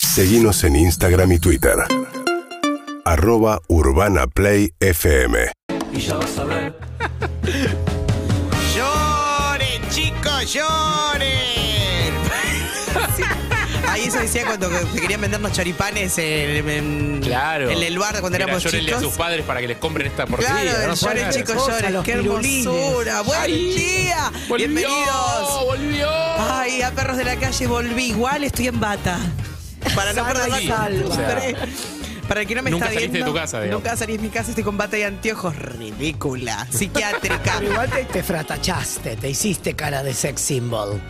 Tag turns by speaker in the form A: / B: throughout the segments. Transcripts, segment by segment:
A: Seguimos en Instagram y Twitter. Arroba Urbana Play FM.
B: Y ya vas a ver.
C: Lloren, chicos, lloren.
D: Ahí eso decía cuando que- que querían vendernos choripanes en, en-
E: Claro.
D: en el bar cuando
E: Era,
D: éramos
E: llórenle a sus
D: chicos.
E: padres para que les compren esta porquería.
D: Claro,
E: no
D: el
E: puede
D: lloren
E: ser.
D: chicos
F: Cosas,
D: lloren,
F: los
D: qué
F: pirulines.
D: hermosura, buen
E: Ay,
D: día,
E: Volvió,
D: bienvenidos.
E: ¡Volvió!
D: Ay, a perros de la calle volví, igual estoy en bata. Para no
F: Sana
D: perder
F: y
D: la
F: salva.
D: costumbre. Para el que no me
E: Nunca
D: está
E: saliste de
D: viendo,
E: tu casa, digamos.
D: nunca salí de mi casa, estoy con bata y anteojos, ridícula, psiquiátrica.
F: Pero igual te, te fratachaste, te hiciste cara de sex symbol.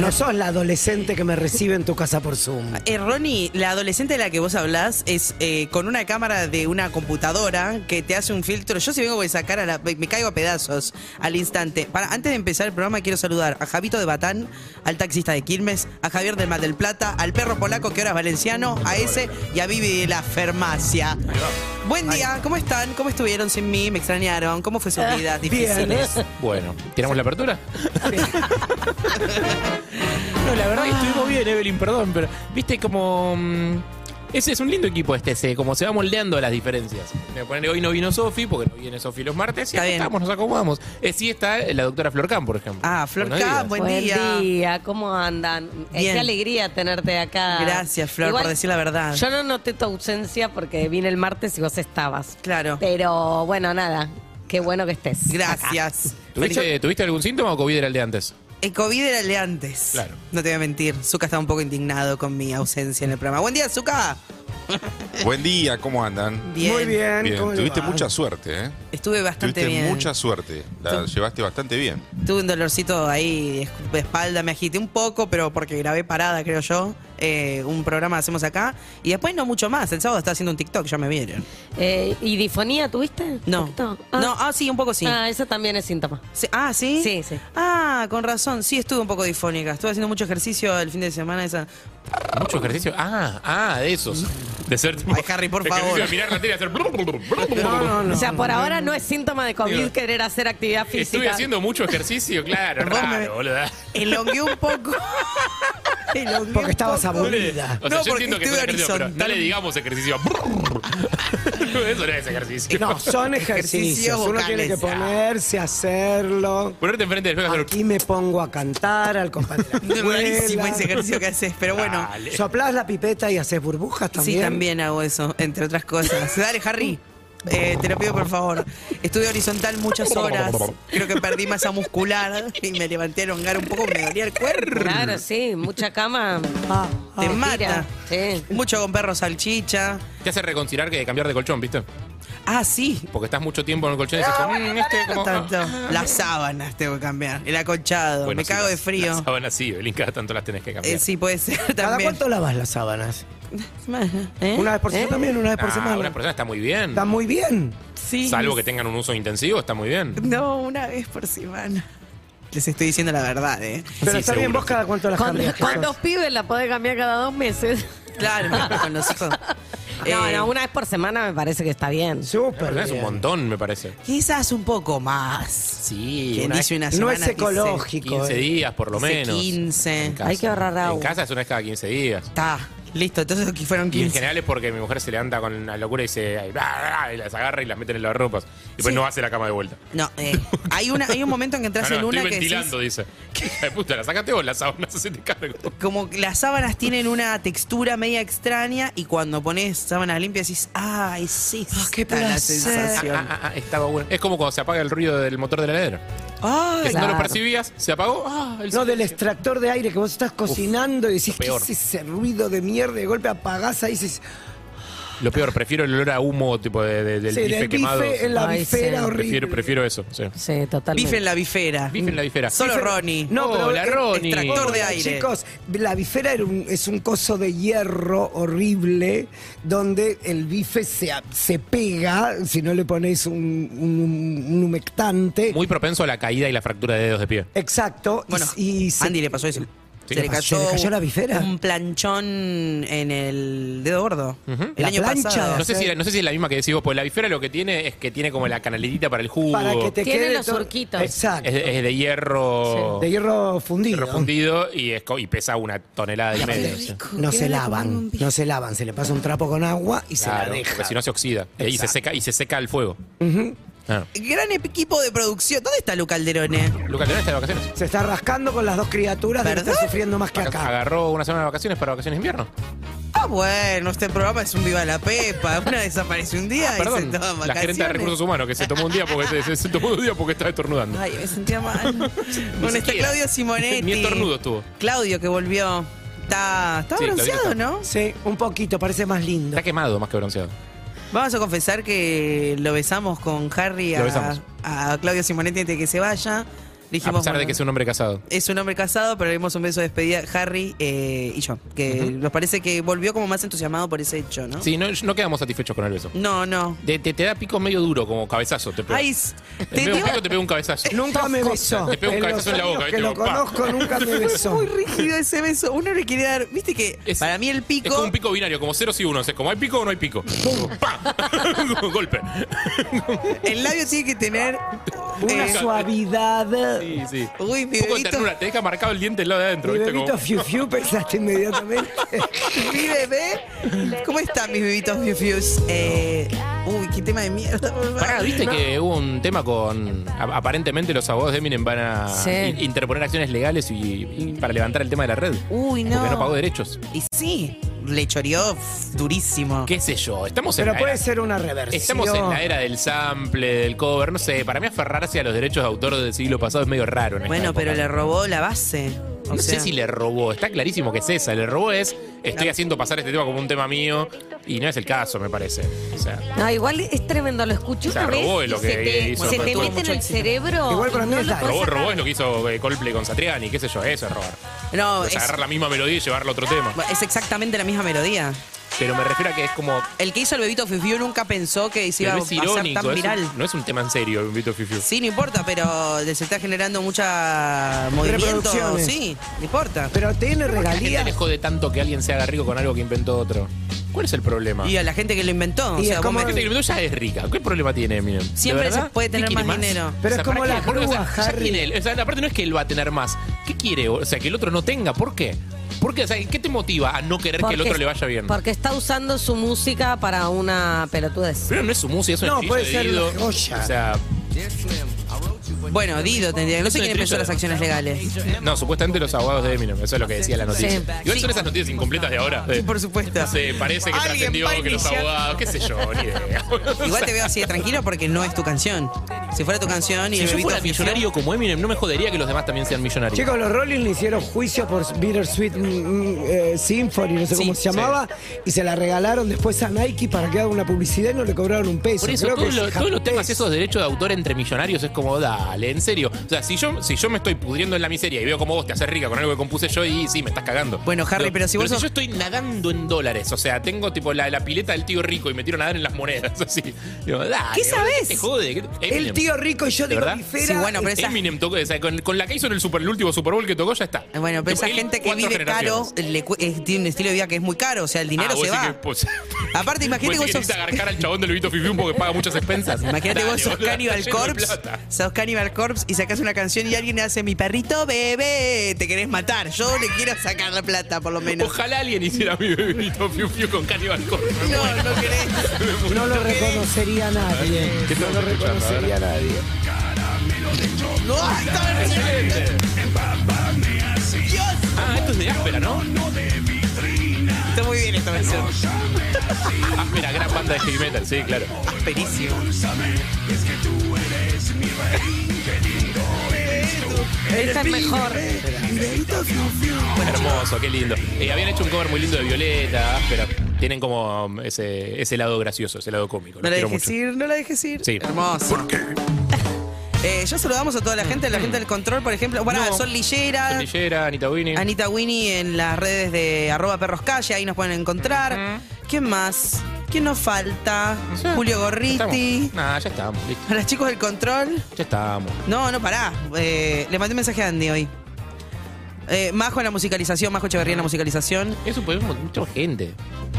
F: No sos la adolescente que me recibe en tu casa por Zoom.
D: Eh, Ronnie, la adolescente de la que vos hablás es eh, con una cámara de una computadora que te hace un filtro. Yo si vengo con esa cara la- me me caigo a pedazos al instante. Para, antes de empezar el programa quiero saludar a Javito de Batán, al taxista de Quilmes, a Javier del Mar del Plata, al perro polaco que ahora es valenciano, a ese y a Vivi de la farmacia. Buen día, ¿cómo están? ¿Cómo estuvieron sin mí? ¿Me extrañaron? ¿Cómo fue sus vidas difíciles?
E: Bueno, ¿tiramos la apertura? no, la verdad que estuvimos bien, Evelyn, perdón, pero viste como. mm, ese es un lindo equipo este, se, como se va moldeando a las diferencias. Me ponen, hoy no vino Sofi, porque no viene Sofi los martes, y
D: Está
E: acá
D: bien.
E: estamos, nos acomodamos. Eh, sí está la doctora Florcán, por ejemplo.
D: Ah, Flor
E: Buenos
D: K,
E: días.
D: buen día.
G: ¿cómo andan? Eh,
D: Bien.
G: Qué alegría tenerte acá.
D: Gracias, Flor,
G: Igual,
D: por decir la verdad.
G: Yo no noté tu ausencia porque vine el martes y vos estabas.
D: Claro.
G: Pero bueno, nada, qué bueno que estés. acá.
D: Gracias.
E: ¿Tuviste, ¿Tuviste algún síntoma o COVID era el de antes?
D: El COVID era el de antes.
E: Claro.
D: No te voy a mentir. Zuka estaba un poco indignado con mi ausencia en el programa. Buen día, Zuka.
H: Buen día, ¿cómo andan?
D: Bien.
F: Muy bien.
H: Bien,
F: ¿cómo le
H: tuviste
F: va?
H: mucha suerte, ¿eh?
D: Estuve bastante
H: Tuviste
D: bien.
H: mucha suerte, la llevaste bastante bien.
D: Tuve un dolorcito ahí de espalda, me agité un poco, pero porque grabé parada, creo yo. eh, un programa hacemos acá. Y después no mucho más. El sábado está haciendo un TikTok, ya me vieron.
G: Eh, ¿Y difonía tuviste?
D: No.
G: ¿Poquito?
D: No, ah, sí, un poco sí.
G: Ah, eso también es síntoma.
D: Sí, Ah, ¿sí?
G: Sí, sí.
D: Ah, con razón. Sí, estuve un poco difónica. Estuve haciendo mucho ejercicio el fin de semana. Esa.
E: Mucho ejercicio. Ah, ah, de esos. De ser tipo.
D: Ay, Harry, por
E: ejercicio
D: favor.
E: de mirar la tele y hacer. blub, blub, blub, blub.
F: No, no, no.
G: o sea, por ahora no es síntoma de COVID
E: Digo,
G: querer hacer actividad física.
E: Estuve haciendo mucho ejercicio, claro,
D: Perdón, me-
E: raro, boludo.
D: Elongué un poco. Elongué
F: Porque
D: un
F: estabas
D: poco.
F: aburrida.
E: O sea,
D: No,
E: yo
D: porque
E: entiendo que es
D: estuve
E: un ejercicio, pero
D: horizontal.
E: no le digamos ejercicio. Eso no es ejercicio.
F: No, son
D: Ejercicios
F: ejercicios. Uno tiene que
D: vocales, ah.
F: ponerse a hacerlo.
E: Ponerte enfrente del espejo y hacer.
F: Aquí me pongo a cantar al compadre. de la
D: Es rarísimo
F: escuela.
D: ese ejercicio que haces, pero bueno.
E: Dale.
F: Soplás la pipeta y haces burbujas también.
D: Sí, también hago eso, entre otras cosas. Dale, Harry. eh, te lo pido por favor. Estuve horizontal muchas horas. Creo que perdí masa muscular y me levanté a elongar un poco, me dolía el cuerpo.
G: Claro, sí, mucha cama.
F: Ah,
D: Te
F: ah.
D: mata.
G: Mira, sí.
D: Mucho con perro salchicha.
E: Te hace reconsiderar que cambiar de colchón, ¿viste?
D: Ah, sí.
E: Porque estás mucho tiempo en el colchón y dices, "Mm, este como.
D: Tanto.
E: ah".
D: Las sábanas tengo que cambiar. El acolchado.
E: Bueno,
D: me
E: sí,
D: cago
E: las-
D: de frío.
E: Las sábanas sí, Belín, cada tanto las tenés que cambiar.
D: Eh, sí, puede ser
F: ¿Cada
D: también.
F: cuánto lavas las sábanas?
D: ¿Eh?
F: Una vez por semana también, una vez por
E: Ah,
F: semana.
E: una persona está muy bien.
F: Está muy bien.
D: Sí.
E: Salvo que tengan un uso intensivo, está muy bien.
D: No, una vez por semana. Les estoy diciendo la verdad, ¿eh?
F: Pero
E: Sí,
F: está bien,
E: seguro.
F: vos cada cuánto las
G: Con,
F: cambias.
G: con
F: Jesús?
G: dos pibes la podés cambiar cada dos meses.
D: Claro, con los hijos.
G: No,
D: Eh,
G: no, una vez por semana me parece que está bien.
F: Súper.
E: Es un
F: bien.
E: montón, me parece.
D: Quizás un poco más.
E: Sí,
D: Quien
E: una vez
D: dice una
F: No
D: semana.
F: es
D: dice
F: ecológico.
E: 15
F: eh.
E: días por lo
D: Dice
E: menos.
D: 15.
E: En casa.
G: Hay que ahorrar agua.
E: En casa es una vez cada 15 días.
D: Está, listo. Entonces aquí fueron
E: Y en
D: 15.
E: general es porque mi mujer se levanta con la locura y se ay, bla, bla, bla, y las agarra y las mete en las ropas. Y después no hace la cama de vuelta.
D: No, eh, hay, una, hay un momento en que entras
E: No, no,
D: en una
E: estoy
D: que decís,
E: ventilando, dice. Hija de puta, la sacaste vos, la sábana se te cargo.
D: como que las sábanas tienen una textura media extraña y cuando pones sábanas limpias decís, ah, es esta
F: qué
D: la
F: placer.
D: sensación.
E: Ah, estaba bueno. Es como cuando se apaga el ruido del motor de la heladera.
D: Ay,
E: Que si no lo
G: claro.
E: percibías, se apagó. Ah, el
F: No,
E: silencio.
F: del extractor de aire que vos estás cocinando y
E: lo
F: decís, ¿qué
E: peor.
F: es ese ruido de mierda? Y de golpe apagás ahí y dices,
E: Lo peor, prefiero el olor a humo tipo de, de- del
F: "Sí,
E: bife
F: del
E: quemado.
F: bife en la
G: Ay,
F: bifera
G: sí.
F: horrible.
E: prefiero, prefiero eso, sí.
G: Sí, totalmente.
D: bife en la bifera.
E: Bife en la bifera.
D: Solo Ronnie.
F: No, pero
E: Hola,
F: el
E: Ronnie.
D: extractor de
F: Hola,
D: aire.
F: Chicos, la bifera era un- es un coso de hierro horrible donde el bife se, a- se pega si no le ponéis un, un- un humectante.
E: Muy propenso a la caída y la fractura de dedos de pie.
F: Exacto. y-
D: Bueno,
F: y, se-
D: Andy le pasó eso.
E: Sí, Sí.
D: Se le cayó,
F: pasó? ¿Se le cayó la bifera?
D: un planchón en el dedo gordo. El
F: La
D: año
F: plancha.
D: pasado.
E: No sé, si, era- no sé si es la misma que decís vos, porque la bifera lo que tiene es que tiene como la canaletita para el jugo.
F: Para que te
G: Tiene
F: quede
G: los
F: todo-
G: surquitos.
F: Exacto.
E: es, es de hierro,
F: De hierro fundido.
E: hierro fundido y, es co- y pesa una tonelada y media. sí.
F: No se lavan, no se lavan, se le pasa un trapo con agua y se
E: Claro,
F: la deja.
E: porque si no se oxida. Eh, Y se,
F: Exacto.
E: seca, y se seca al fuego. Ah.
D: Gran equipo de producción. ¿Dónde está Luca Alderone?
E: Lucas León está de vacaciones.
F: Se está rascando con las dos criaturas, debe estar
D: ¿Verdad?
F: sufriendo más que acá.
E: Agarró una semana de vacaciones para vacaciones de invierno.
D: Ah, bueno, este programa es un viva la pepa. Una desaparece un día y se
E: Perdón,
D: toma
E: la gerente de
D: vacaciones.
E: recursos humanos que se tomó un día porque se, se- se tomó un día porque estaba estornudando.
D: Ay, me sentía mal. bueno, está
E: siquiera.
D: Claudio Simonetti.
E: Ni estornudo tuvo.
D: Claudio que volvió. Está, está
E: Sí, Claudio
D: bronceado,
E: está.
D: ¿no?
F: Sí, un poquito, parece más lindo.
E: Está quemado más que bronceado.
D: Vamos a confesar que lo besamos con Harry
E: Lo
D: a,
E: besamos.
D: a Claudio Simonetti antes de que se vaya. Le
E: A
D: Dijimos,
E: pesar de
D: bueno,
E: que es un hombre casado.
D: es un hombre casado, pero le dimos un beso de despedida Harry eh, y yo. Que nos parece que volvió como más entusiasmado por ese hecho, ¿no?
E: Sí, no, no quedamos satisfechos con el beso.
D: No, no.
E: Te, te- te da picos medio duro, como cabezazo. Te pega.
D: Ay, s-
E: te
D: te
E: pega un
D: digo-
E: pico, te pega un cabezazo.
F: Nunca me besó.
E: Te pega un
F: En los
E: cabezazo en la
F: años
E: boca.
F: que
E: ¿viste?
F: lo
E: Como, pa.
F: conozco, nunca me besó.
D: muy rígido ese beso. Uno le quiere dar, viste que
E: Es-
D: para mí el pico.
E: Es como un pico binario, como ceros y unos. Es como, ¿hay pico o no hay pico? ¡Pam! Golpe.
D: El labio tiene que tener.
F: Una
D: eh,
F: suavidad.
E: Sí, sí.
D: uy, mi
E: Un poco de
D: bebito.
E: ternura. Te deja marcado el diente del lado de adentro.
F: Mi
E: ¿viste?
F: bebito
E: Como-
F: fiu fiu pensaste inmediatamente.
D: Mi bebé. ¿Cómo están mis bebitos fiu fius? Eh, uy, qué tema de mierda.
E: Pará, viste que hubo un tema con. a- Aparentemente los abogados de Eminem van a
G: Sí.
E: in- interponer acciones legales y, y para levantar el tema de la red.
D: Uy, no.
E: Porque no pagó derechos.
D: Y sí, le choreó f- durísimo.
E: ¿Qué sé yo? Estamos en
F: Pero
E: la
F: puede
E: era-
F: ser una reversión.
E: Estamos en la era del sample, del cover, no sé. Para mí aferrarse a los derechos de autor del siglo pasado es medio raro. en esta
D: Bueno,
E: época.
D: pero le robó la base. O
E: No
D: sea,
E: sé si le robó, está clarísimo que es esa. Le robó es, estoy haciendo pasar este tema como un tema mío y no es el caso, me parece. O sea,
G: No, igual es tremendo, lo escuché
E: O sea,
G: una vez
E: robó
G: y
E: lo
G: se
E: que
G: te,
E: hizo,
G: se
E: pero
G: te
E: tuvo
G: mete en
E: mucho
G: el
E: éxito.
G: cerebro.
F: Igual para mí
G: no
F: es
G: lo
F: live.
G: podés
E: robó,
G: sacar.
E: robó es lo que hizo eh, Coldplay con Satriani, qué sé yo, eso es robar.
D: no,
E: Es
D: es,
E: agarrar la misma melodía y llevarla a otro tema.
D: es exactamente la misma melodía.
E: Pero me refiero a que es como.
D: El que hizo el bebito fiu fiu nunca pensó que se
E: que
D: iba
E: no
D: a
E: es
D: pasar
E: irónico,
D: tan
E: es un-
D: viral.
E: no es un tema en serio, Vito Fifiu.
D: Sí, no importa, pero se está generando mucha movimiento.
F: Reproducciones.
D: Sí, no importa.
F: Pero tiene
E: ¿A quién
F: regalías.
E: te le jode tanto que alguien se haga rico con algo que inventó otro? ¿Cuál es el problema?
D: Y a la gente que lo inventó.
F: Y
D: o sea,
F: es
D: vos
F: como-
E: La gente que lo inventó ya es rica. ¿Qué problema tiene Eminem? ¿De
D: Ah, Siempre
E: verdad?
D: se puede
E: ¿Qué
D: tener
E: quiere
D: más dinero.
F: Pero es como
E: ¿para
F: la
E: qué? Porque, o sea,
F: grúa,
E: ya
F: Harry.
E: tiene él. O sea, aparte no es que él va a tener más. ¿Qué quiere? O sea, que el otro no tenga. ¿Por qué? ¿Por qué? O sea, ¿qué te motiva a no querer que el
G: Porque-
E: otro le vaya bien?
G: Porque está usando su música para una pelotudez.
E: Pero no es su música, es un
F: No,
E: estribillo
F: puede
E: de
F: ser
E: Dido.
F: una joya.
E: O sea,
D: Bueno, Dido tendría que. No sé quién empezó las acciones legales.
E: no, supuestamente los abogados de Eminem. Eso es lo que decía la noticia.
G: Sí.
E: Igual son esas noticias incompletas de ahora. de-
D: Por supuesto.
E: Sí, parece que
D: Alguien
E: trascendió
D: va a
E: que los
D: iniciar.
E: abogados, qué sé yo, ni idea.
D: Igual te veo así de tranquilo porque no es tu canción. Si fuera tu canción y
E: Si
D: el
E: yo
D: bebito
E: fuera
D: fiu fiu-
E: millonario como Eminem, no me jodería que los demás también sean millonarios.
F: Chicos, los Rollins le hicieron juicio por Bittersweet mm, mm, eh, Symphony, no sé cómo se llamaba, y se la regalaron después a Nike para que haga una publicidad y no le cobraron un peso.
E: por eso,
F: Creo que
E: todos,
F: es
E: los, todos los
F: japonés.
E: temas esos de derechos de autor entre millonarios es como, dale, en serio. O sea, si yo, si yo me estoy pudriendo en la miseria y veo como vos te haces rica con algo que compuse yo y sí, me estás cagando.
D: Bueno, Harry, pero si vos sos-
E: yo estoy nadando en dólares, o sea, tengo tipo la, la pileta del tío rico y me tiro a nadar en las monedas, así. Digo, dale,
D: ¿Qué
E: boludo,
D: sabés?
E: te jode? ¿Qué-
F: El
E: Eminem.
F: tío rico y yo
E: ¿De
F: digo
E: verdad?
F: bifera.
D: Sí, bueno, pero esa-
E: Eminem tocó, o sea, con, con la que hizo en el, super, el último Super Bowl que tocó, ya está.
D: Bueno, pero esa
E: Él,
D: gente que
E: cuatro
D: vive caro
E: generaciones.
D: le cu- eh, tiene un estilo de vida que es muy caro. O sea, el dinero
E: Ah, vos
D: se
E: decís
D: va.
E: que, pues,
D: Aparte, imagínate vos
E: vos decís que
D: sos.
E: necesitas agarcar al chabón del Lubito Fifún porque paga muchas expensas.
D: Imagínate
E: Dale,
D: vos sos
E: boludo,
D: Cannibal
E: está lleno de
D: Corpse,
E: plata.
D: sos Cannibal Corpse y sacas una canción y alguien hace mi perrito bebé, te querés matar. Yo le quiero sacar la plata por lo menos.
E: Ojalá alguien hiciera mi bebito Fiu Fiu con Cannibal Corpse. Me
D: No,
E: muero.
D: no querés.
E: Me muero.
F: No lo reconocería nadie.
E: ¿Qué
F: No
E: estamos
F: lo
E: escuchando
F: reconocería nadie.
D: No, ay, está bien. Dios,
E: Ah, esto es de Áspera, ¿no?
D: está muy bien esta versión.
E: Áspera, gran banda de heavy metal, sí, claro.
D: Asperísimo.
G: Esta es mejor.
E: Hermoso, qué lindo. Eh, habían hecho un cover muy lindo de Violeta, Áspera. Tienen como um, ese, ese lado gracioso, ese lado cómico.
D: No
E: Lo
D: la
E: quiero
D: dejes
E: mucho.
D: ir, no la dejes ir.
E: Sí.
D: Hermoso. Eh, ya saludamos a toda la gente, a la gente del control, por ejemplo. Bueno,
E: No.
D: Sol Lillera.
E: Sol Lillera, Anita Winnie.
D: Anita Winnie en las redes de arroba perros calle, ahí nos pueden encontrar. ¿Quién más? ¿Quién nos falta? Julio Gorriti.
E: Nah, ya estamos, listo.
D: A los chicos del control.
E: Ya estamos.
D: No, no, pará. Eh, le mandé un mensaje a Andy hoy. Eh, Majo en la musicalización, Majo Echeverría en la musicalización.
E: Eso pues mucha gente.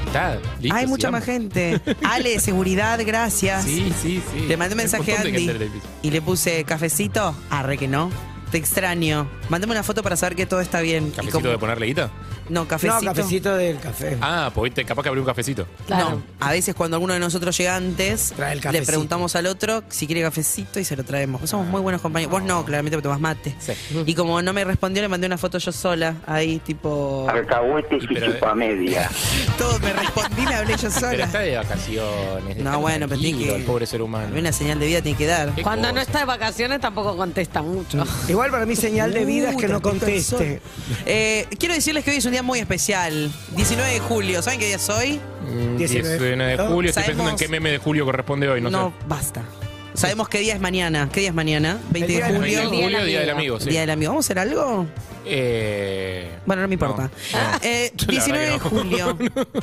E: Está listo,
D: Hay mucha más
E: sigamos.
D: gente. Ale, seguridad, gracias.
E: Sí, sí, sí.
D: Te mandé un
E: Hay
D: mensaje a
E: montón de
D: Andy
E: gente en el edificio.
D: y le puse cafecito. Arre que no. Te extraño. Mándame una foto para saber que todo está bien. Y
E: ¿Cafecito
D: como-
E: de ponerle guita?
D: No, cafecito.
F: No, cafecito del café.
E: Ah, pues viste, capaz que abrí un cafecito.
G: Claro.
D: No, a veces cuando alguno de nosotros llega antes,
F: Trae el
D: le
F: cafecito.
D: preguntamos al otro si quiere cafecito y se lo traemos. Pues Somos muy buenos compañeros. Vos no, claramente porque tomás mate.
E: Sí.
D: Y como no me respondió, le mandé una foto yo sola, ahí tipo...
B: Arcahuetes y
E: Pero, eh.
B: chupamedia.
D: Todo, me respondí, me hablé yo
E: Pero
D: sola.
E: está de vacaciones. está
D: No, bueno, pero tiene
E: tranquilo
D: que...
E: El pobre ser humano.
D: Una señal de vida tiene que dar.
E: Qué
G: Cuando no
E: cosa.
G: está de vacaciones tampoco contesta mucho.
F: Igual para mí señal de vida es que
D: Uh,
F: no
D: tapita el
F: conteste.
D: sol. Eh, quiero decirles que hoy es un día muy especial. 19 de julio. ¿Saben qué día es hoy?
E: Mm,
F: 19.
E: 19 de julio. Estoy pensando en
D: Sabemos-
E: qué meme de julio corresponde hoy. No,
D: No,
E: sé.
D: basta. Sabemos qué día es mañana. ¿Qué día es mañana? 20
F: El
D: de
F: día del
D: julio.
E: Julio,
G: El día del
E: julio, día del
G: amigo.
E: amigo. sí.
D: Día del amigo. ¿Vamos a hacer algo?
E: Eh,
D: Bueno, no me importa.
E: no. Ah.
D: Eh,
E: La
D: 19
E: verdad
D: de
E: que no.
D: julio,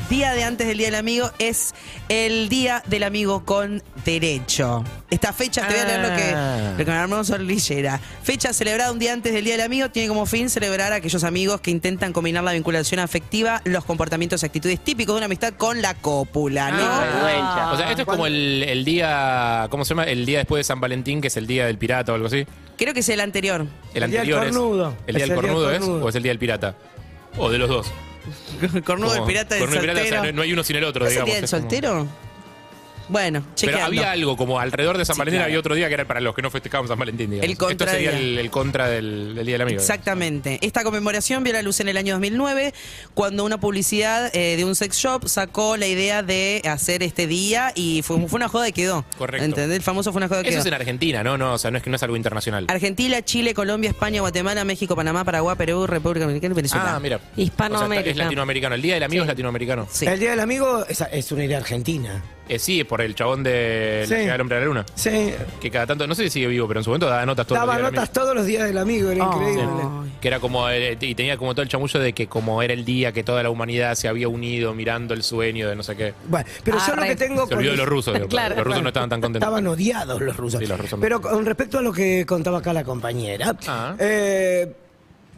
D: día de antes del Día del Amigo, es el Día del Amigo con Derecho. Esta fecha, te voy a leer lo que,
E: Ah.
D: lo que me armó Sorlillera. Fecha celebrada un día antes del Día del Amigo tiene como fin celebrar a aquellos amigos que intentan combinar la vinculación afectiva, los comportamientos y actitudes típicos de una amistad con la cópula, ¿no?
E: Ah.
I: Ah,
E: O sea, esto es como el, el día, ¿cómo se llama? El día después de San Valentín, que es el día del pirata o algo así.
D: Creo que es el anterior.
E: El,
F: El día del
E: anterior es-
F: cornudo.
E: ¿El día
F: Es
E: del
F: el día
E: cornudo
F: del
E: es?
F: cornudo.
E: ¿O es el día del pirata? O de los dos.
D: Cornudo del
E: Como-
D: pirata del
E: cornudo y
D: soltero.
E: pirata, o sea, no, no hay uno sin el otro,
D: ¿No es el
E: digamos.
D: Día del
E: es como-
D: Soltero? Bueno,
E: Pero
D: chequeando.
E: había algo, como alrededor de San
D: Sí,
E: Valentín
D: claro.
E: había otro día que era para los que no festejábamos San Valentín, digamos.
D: El
E: Esto
D: contra
E: sería
D: día.
E: el, el contra del, del Día del Amigo.
D: Exactamente. Esta conmemoración vio la luz en el año 2009 cuando una publicidad eh, de un sex shop sacó la idea de hacer este día y fue, fue una joda y quedó.
E: Correcto.
D: ¿Entendés? El famoso fue una joda y
E: Eso
D: quedó.
E: es en Argentina, ¿no? no O sea, no es que no es algo internacional.
D: Argentina, Chile, Colombia, España, Guatemala, México, Panamá, Paraguay, Perú, República Dominicana y Venezuela.
E: ah, mira.
G: Hispanoamérica.
E: O sea, es latinoamericano. El Día del Amigo es latinoamericano.
D: Sí.
F: El día del amigo es, es una idea argentina.
E: Eh, sí, por el chabón de
F: Sí.
E: la llegada del hombre a la luna.
F: Sí.
E: Que cada tanto, no sé si sigue vivo, pero en su momento daba notas todo
F: Daba notas todos los días del amigo,
E: Ah,
F: era increíble.
E: Que era como, eh, y tenía como todo el chamullo de que como era el día que toda la humanidad se había unido mirando el sueño de no sé qué.
F: Bueno, pero yo lo
G: Arre.
F: que tengo
E: Se olvidó de
F: con-
E: los rusos. digo,
G: Claro.
E: Los rusos no estaban tan contentos.
F: Estaban odiados los rusos.
E: Sí, los rusos no.
F: Pero con respecto a lo que contaba acá la compañera,
E: Ah.
F: eh,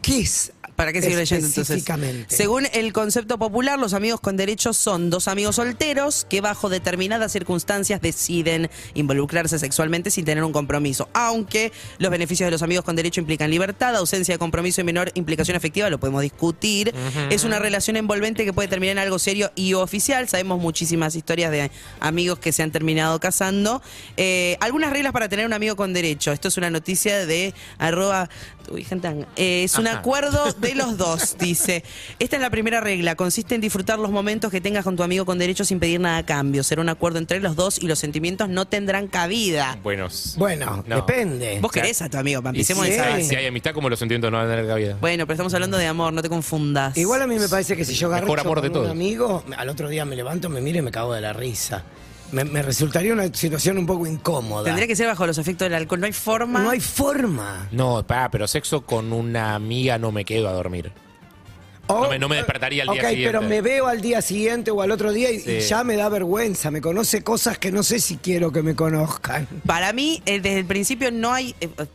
F: ¿qué es?
D: ¿Para qué sigo leyendo entonces?
F: Específicamente.
D: Según el concepto popular, los amigos con derechos son dos amigos solteros que bajo determinadas circunstancias deciden involucrarse sexualmente sin tener un compromiso. Aunque los beneficios de los amigos con derecho implican libertad, ausencia de compromiso y menor implicación afectiva, lo podemos discutir. Es una relación envolvente que puede terminar en algo serio y oficial. Sabemos muchísimas historias de amigos que se han terminado casando. Eh, algunas reglas para tener un amigo con derecho. Esto es una noticia de arroba... Uy, Gentang. Eh, es un
E: Ajá.
D: acuerdo acuerdo de los dos, dice. Esta es la primera regla. Consiste en disfrutar los momentos que tengas con tu amigo con derecho sin pedir nada a cambio. Será un acuerdo entre los dos y los sentimientos no tendrán cabida.
E: Buenos.
F: Bueno,
E: No.
F: depende.
D: Vos querés a tu amigo, pa,
E: Y si,
D: empecemos
F: sí.
D: esa
E: si
D: base.
E: hay amistad, como los entiendo, no van a tener cabida.
D: Bueno, pero estamos hablando de amor, no te confundas.
F: Igual a mí me parece que si yo agarro
E: Mejor amor de
F: con un
E: todos.
F: amigo, al otro día me levanto, me miro y me cago de la risa. Me, me resultaría una situación un poco incómoda.
D: Tendría que ser bajo los efectos del alcohol. No hay forma.
F: No hay forma.
E: No, pa, pero sexo con una amiga no me quedo a dormir.
F: O-
E: No me- no me despertaría al día
F: Ok,
E: siguiente.
F: pero me veo al día siguiente o al otro día y, y
E: Sí.
F: ya me da vergüenza. Me conoce cosas que no sé si quiero que me conozcan.
D: Para mí, eh, desde el principio no hay. eh, eh,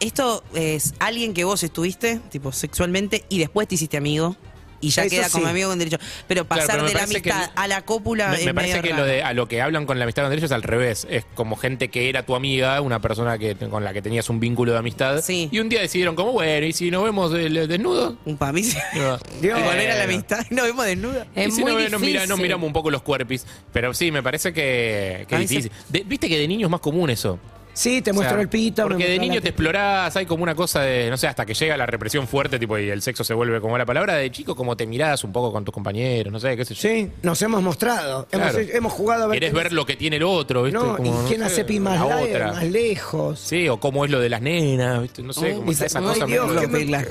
D: esto es alguien que vos estuviste, tipo, sexualmente, y después te hiciste amigo. Y ya
F: Eso
D: queda como
F: sí.
D: amigo con derecho. Pero pasar
E: pero me
D: de la
E: parece que
D: amistad
E: el-
D: a la cópula
E: Me-
D: es
E: me parece
D: medio
E: que
D: raro.
E: lo de, a lo que hablan con la amistad con ellos es al revés. Es como gente que era tu amiga, una persona que con la que tenías un vínculo de amistad.
D: Sí.
E: Y un día decidieron como, bueno, ¿y si nos vemos eh, desnudos?
D: Para mí sí.
E: No.
F: Dios.
D: Y volver a la amistad y nos vemos desnuda.
E: Y
G: es
E: si
G: muy
E: no, eh,
G: difícil.
E: nos, mira- nos miramos un poco los cuerpis. Pero sí, me parece que, que
D: A
E: es
D: mí se-
E: difícil. De- Viste que de niño es más común eso.
F: Sí, te
E: O
F: muestro
E: sea,
F: el pito. me
E: Porque de
F: muestro
E: niño
F: la
E: te
F: pito.
E: explorás, hay como una cosa de, no sé, hasta que llega la represión fuerte, tipo, y el sexo se vuelve como la palabra de chico, como te mirás un poco con tus compañeros, no sé, qué sé yo.
F: Sí, nos hemos mostrado.
E: Claro.
F: Hemos, hemos jugado a ver.
E: Querés
F: quién
E: ver lo que tiene el otro, ¿viste?
F: No,
E: Como,
F: y quién
E: no sé,
F: hace pi más,
E: la
F: la-
E: otra.
F: más lejos.
E: Sí, o cómo es lo de las nenas, ¿viste? No sé,
F: Oh,
E: como
F: y se-
E: está esa
F: ay,
E: cosa.
F: Dios,
E: medio-
F: qué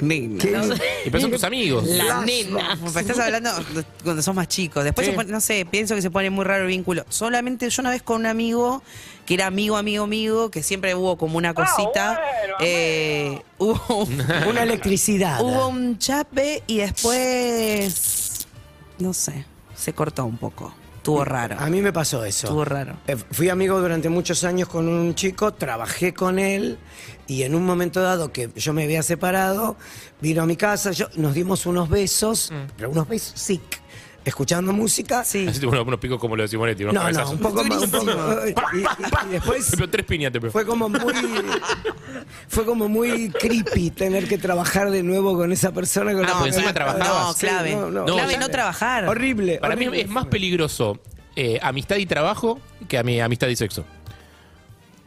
F: me-
D: Nick.
F: No
E: Y pero son tus amigos.
G: La nena.
D: Pero Estás hablando de- cuando sos más chico. Después,
E: Sí.
D: se pone- no sé, pienso que se pone muy raro el vínculo. Solamente yo una vez con un amigo que era amigo, amigo, amigo, que siempre hubo como una cosita. eh, hubo, un-
F: Una electricidad.
D: hubo un chape y después. No sé, se cortó un poco. Estuvo raro.
F: A mí me pasó eso.
D: Estuvo raro.
F: Eh, fui amigo durante muchos años con un chico, trabajé con él y en un momento dado que yo me había separado, vino a mi casa, yo, nos dimos unos besos,
E: Mm.
F: pero unos besos, sí, escuchando música.
D: Sí.
E: Así tuvo unos, unos picos como los de Simonetti, unos
F: No, no,
E: cabezazos.
F: un poco más, un poco más. Y, y- y después
E: Te pegó tres piñas, te pegó.
F: fue como muy fue como muy creepy tener que trabajar de nuevo con esa persona con
E: Ah,
F: la
E: pues
F: que
E: encima
F: me-
E: trabajabas.
D: No, clave.
E: Clave no
D: trabajar.
F: Horrible.
E: Para mí
F: horrible
E: es más
F: fue.
E: peligroso eh, amistad y trabajo que a mi amistad y sexo.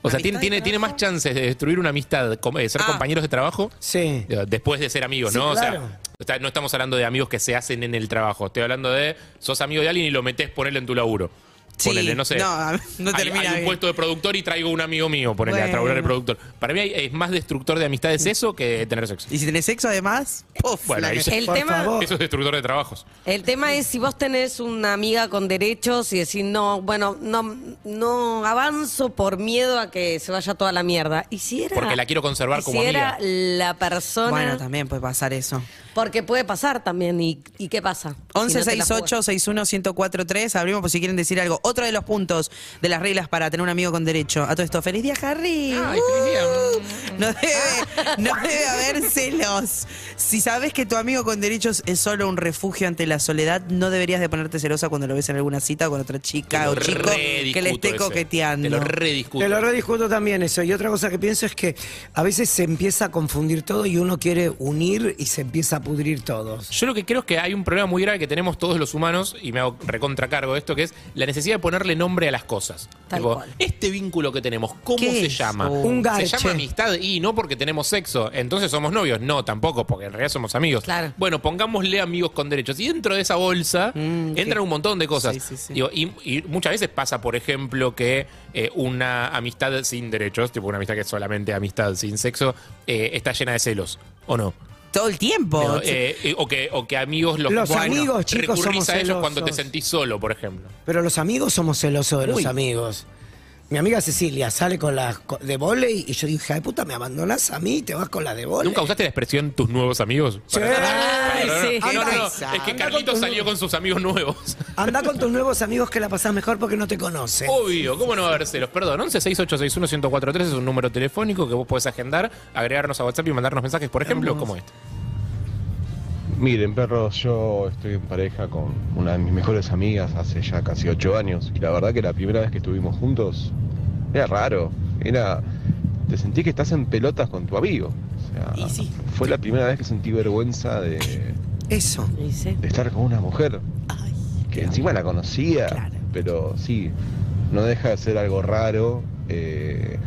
E: O sea,
D: ¿Amistad
E: tiene,
D: y
E: tiene, tiene más chances de destruir una amistad, com- eh, ser
D: Ah.
E: compañeros de trabajo,
F: Sí.
E: eh, después de ser amigos,
F: Sí,
E: ¿no? O
F: claro.
E: sea, está- no estamos hablando de amigos que se hacen en el trabajo. Estoy hablando de sos amigo de alguien y lo metes, ponele en tu laburo.
D: Sí,
E: Ponele, no sé.
D: no, a mí no
E: Hay-
D: termina
E: hay, un
D: bien.
E: puesto de productor y traigo un amigo mío, ponele, a
D: Bueno.
E: trabajar de productor. Para mí hay- es más destructor de amistades eso que tener sexo.
D: Y si tenés sexo además, ¡puf!
E: Bueno,
D: la
E: ahí
D: que-
E: ya-
G: El
F: Por
G: tema,
F: favor.
E: Eso es destructor de trabajos.
G: el tema es si vos tenés una amiga con derechos y decís, no, bueno, no, no avanzo por miedo a que se vaya toda la mierda. Y si era,
E: Porque la quiero conservar
G: y
E: como
G: si era
E: amiga.
G: la persona...
D: Bueno, también puede pasar eso.
G: Porque puede pasar también. ¿Y, y qué pasa? Si no te la
D: 1168 1043 abrimos por si quieren decir algo. Otro de los puntos de las reglas para tener un amigo con derecho. A todo esto, feliz día, Harry. ¡Uh!
E: Ay, feliz día.
D: No debe, no debe haber celos. Si sabes que tu amigo con derechos es solo un refugio ante la soledad, no deberías de ponerte celosa cuando lo ves en alguna cita o con otra chica o
E: Te lo
D: chico
E: rediscuto
D: que le esté
E: ese.
D: coqueteando.
E: Te lo rediscuto.
F: Te lo rediscuto también eso. Y otra cosa que pienso es que a veces se empieza a confundir todo y uno quiere unir y se empieza a pudrir todos.
E: Yo lo que creo es que hay un problema muy grave que tenemos todos los humanos, y me hago recontracargo de esto, que es la necesidad de ponerle nombre a las cosas.
G: Tal cual.
E: Este vínculo que tenemos, ¿cómo
D: ¿Qué
E: se
D: es?
E: llama?
D: Oh.
F: Un
E: se
F: garche.
E: llama amistad y no porque tenemos sexo, entonces somos novios. No, tampoco, porque en realidad somos amigos.
G: Claro.
E: Bueno, pongámosle amigos con derechos. Y dentro de esa bolsa entran un montón de cosas.
D: Sí, sí, sí.
E: Digo, y, y muchas veces pasa, por ejemplo, que eh, una amistad sin derechos, tipo una amistad que es solamente amistad sin sexo, eh, está llena de celos. ¿O no?
D: Todo el tiempo.
E: Pero, eh, eh, o, que, o que amigos los,
F: Los
E: Bueno,
F: amigos, chicos,
E: recurrís
F: somos
E: a ellos cuando te
F: celosos.
E: sentís solo, por ejemplo.
F: Pero los amigos somos celosos de
E: Uy.
F: los amigos. Mi amiga Cecilia sale con las co- de volei y yo dije, ay puta, me abandonas a mí y te vas con las de volei.
E: ¿Nunca usaste la expresión tus nuevos amigos?
F: Sí.
E: Para- para-
G: Ay,
E: no,
F: sí.
E: no, no, no,
F: Anda,
E: Es que
F: anda
E: Carlitos
F: con tus-
E: salió con sus amigos nuevos.
F: Anda con tus nuevos amigos que la pasás mejor porque no te conocen.
E: Obvio, ¿cómo no va a habérselos? Perdón, 11 6861 1043 es un número telefónico que vos podés agendar, agregarnos a WhatsApp y mandarnos mensajes, por ejemplo, como este.
B: Miren, perros, yo estoy en pareja con una de mis mejores amigas hace ya casi ocho años. Y la verdad que la primera vez que estuvimos juntos era raro. Era. Te sentí que estás en pelotas con tu amigo. O sea,
D: Y sí.
B: fue la primera vez que sentí vergüenza de, de
F: Eso.
G: puedo. Y sí.
B: estar con una mujer
D: Ay,
B: que encima la conocía, pero sí, no deja de ser algo raro eh,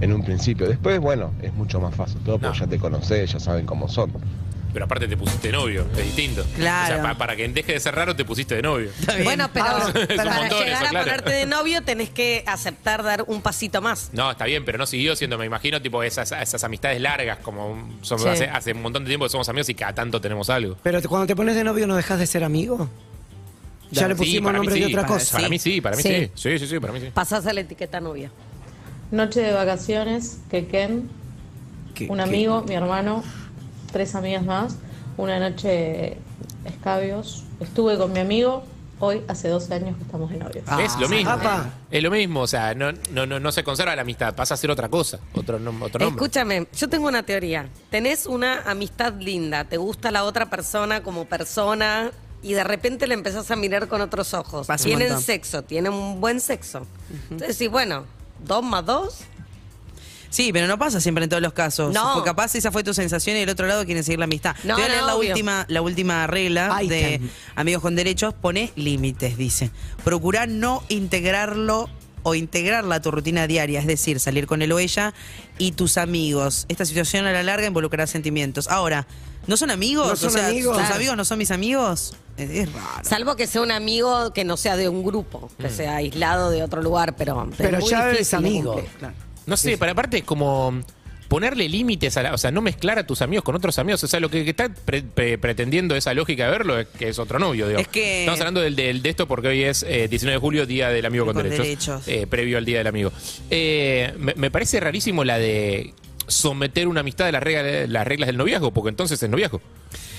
B: en un principio. Después, bueno, es mucho más fácil todo porque
E: No.
B: ya te conocés, ya saben cómo son.
E: Pero aparte te pusiste novio, es distinto.
D: Claro.
E: O sea, pa- para que deje de ser raro, te pusiste de novio.
G: Bueno, pero
F: Ah, es un
G: para
E: montón
G: llegar
E: eso,
G: a
E: claro.
G: ponerte de novio tenés que aceptar dar un pasito más.
E: No, está bien, pero no siguió siendo, me imagino, tipo esas, esas amistades largas, como un- somos-
G: Sí.
E: hace, hace un montón de tiempo que somos amigos y cada tanto tenemos algo.
F: Pero te- cuando te pones de novio no dejas de ser amigo. Ya le
E: Sí,
F: pusimos
E: para mí
F: nombre de
E: sí,
F: otra
E: para-
F: cosa.
E: Para mí sí, para mí sí.
G: Sí.
E: Sí, sí, sí, para mí sí.
G: Pasás a la etiqueta novia.
J: Noche de vacaciones, que Ken,
F: ¿Qué-
J: un
F: qué?
J: amigo, mi hermano, tres amigas más, una noche escabios. Estuve con mi amigo, hoy hace 12 años que estamos de novios.
E: es lo mismo.
F: Ah, Apa.
E: Es lo mismo, o sea, no, no, no, no se conserva la amistad, pasa a ser otra cosa, otro, nom- otro nombre.
G: Escúchame, yo tengo una teoría. Tenés una amistad linda, te gusta la otra persona como persona y de repente le empezás a mirar con otros ojos.
D: Pasa un
G: tienen
D: montón.
G: sexo, tienen un buen sexo. Entonces sí, bueno, dos más dos.
D: Sí, pero no pasa siempre en todos los casos.
G: No.
D: Porque capaz esa fue tu sensación y el otro lado quieren seguir la amistad.
G: No,
D: Te voy a leer
G: no,
D: la,
G: obvio.
D: última, la última regla
F: Ay,
D: de
F: can-
D: Amigos con Derechos. Pone límites, dice. Procurá no integrarlo o integrarla a tu rutina diaria, es decir, salir con él o ella y tus amigos. Esta situación a la larga involucrará sentimientos. Ahora, ¿no son amigos?
F: No
D: o
F: son
D: sea,
F: amigos.
D: ¿tus
F: Claro.
D: amigos no son mis amigos? Es, es raro.
G: Salvo que sea un amigo que no sea de un grupo, que sea aislado de otro lugar, pero.
F: Pero
G: es muy
F: ya eres
G: difícil de
F: amigo.
G: cumplir.
E: No sé, para aparte es como ponerle límites a la, o sea, no mezclar a tus amigos con otros amigos. O sea, lo que, que está pre- pre- pretendiendo esa lógica de verlo es que es otro novio, digo.
D: Es que-
E: Estamos hablando del, del- de esto porque hoy es eh, 19 de julio, Día del Amigo con,
D: Con
E: Derechos.
D: derechos.
E: eh, previo al Día del Amigo. Eh, me, me parece rarísimo la de someter una amistad a las reglas, las reglas del noviazgo, porque entonces es noviazgo.